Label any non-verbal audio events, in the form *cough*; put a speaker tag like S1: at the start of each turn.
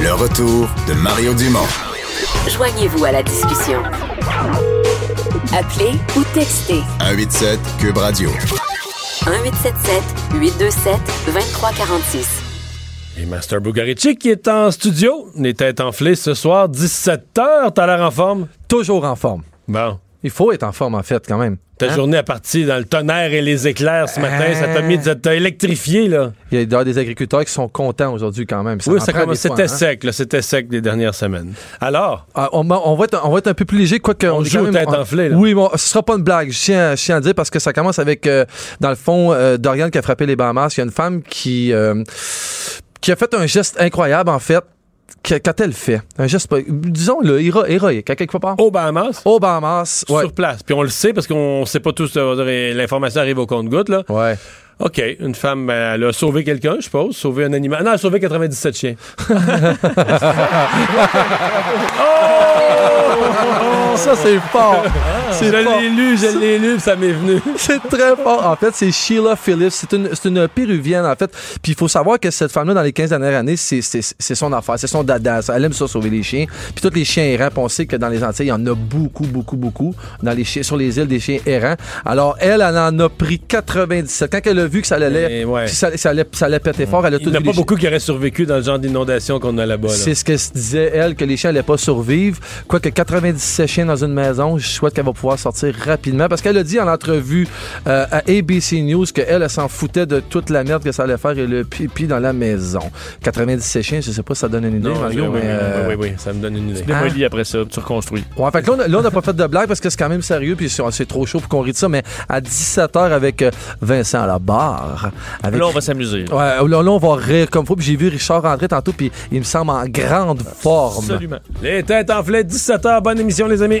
S1: Le retour de Mario Dumont.
S2: Joignez-vous à la discussion. Appelez ou textez
S1: 187 Cube Radio.
S2: 1877 827 2346.
S3: Et Master Bugarici qui est en studio, les têtes enflées ce soir, 17h, t'as l'air en forme?
S4: Toujours en forme.
S3: Bon.
S4: Il faut être en forme, en fait, quand même.
S3: Ta
S4: Hein? Euh.
S3: journée a parti dans le tonnerre et les éclairs ce matin, ça t'a mis, ça t'a électrifié, là.
S4: Il y a d'ailleurs des agriculteurs qui sont contents aujourd'hui, quand même.
S3: oui,
S4: en
S3: ça
S4: prend
S3: commence,
S4: des fois,
S3: c'était
S4: hein.
S3: sec, là, c'était sec les dernières semaines. Alors,
S4: Ah, on, va- on va être, on va être un peu plus léger, quoique.
S3: On
S4: est
S3: joue
S4: quand
S3: aux
S4: même-
S3: têtes
S4: on-
S3: enflées, là.
S4: Oui, bon, ce sera pas une blague. Je tiens, je tiens à le dire parce que ça commence avec, euh, dans le fond, euh, Dorian qui a frappé les Bahamas. Il y a une femme qui, euh, qui a fait un geste incroyable, en fait. Que- Qu'a-t-elle fait? Un geste, pas- disons-le, héro- héroïque, à quelque part.
S3: au Bahamas,
S4: Aux Bahamas. Ouais.
S3: sur place, puis on le sait parce qu'on sait pas tous, euh, l'information arrive au compte-goutte, là.
S4: Ouais.
S3: OK, une femme, ben, elle a sauvé quelqu'un, je suppose, sauvé un animal. Non, elle a sauvé 97 chiens.
S4: *laughs* Ça, c'est
S3: *laughs*
S4: fort. C'est
S3: je
S4: fort.
S3: l'ai lu, je l'ai lu, puis ça m'est venu.
S4: *laughs* C'est très fort. En fait, c'est Sheila Phillips. C'est une, c'est une Péruvienne, en fait. Puis il faut savoir que cette femme-là, dans les 15 dernières années, c'est, c'est, c'est son affaire. C'est son dada. Elle aime ça sauver les chiens. Puis tous les chiens errants, puis on sait que dans les Antilles, il y en a beaucoup, beaucoup, beaucoup dans les chiens, sur les îles des chiens errants. Alors, elle, elle en a pris 97. Quand elle a vu que ça allait,
S3: Eh ouais.
S4: que ça, ça allait, ça allait péter fort, elle a
S3: Il
S4: tout
S3: n'y en a
S4: vu
S3: pas
S4: les chiens.
S3: beaucoup qui auraient survécu dans le genre d'inondation qu'on a là-bas. là.
S4: C'est ce que se disait elle, que les chiens n'allaient pas survivre. Quoique 97 chiens dans une maison, je souhaite qu'elle va pouvoir sortir rapidement. Parce qu'elle a dit en entrevue euh, à ABC News qu'elle, elle s'en foutait de toute la merde que ça allait faire et le pipi dans la maison. 97 chiens, je sais pas si ça donne une idée,
S3: Non,
S4: Mario,
S3: oui, oui,
S4: mais, euh,
S3: oui, oui, oui, ça me donne une idée.
S4: Ah.
S5: Mets-moi un lit après ça, tu reconstruis.
S4: Ouais, fait que là, on a- là, on n'a pas fait de blague parce que c'est quand même sérieux, puis c'est c'est trop chaud pour qu'on rit de ça, mais à 17h avec euh, Vincent à la barre. Avec
S5: Là, on va s'amuser.
S4: Ouais, là, là, on va rire comme faut. Puis j'ai vu Richard rentrer tantôt, puis il me semble en grande forme.
S5: Absolument.
S3: Les têtes enflées, 17h, bonne émission les amis.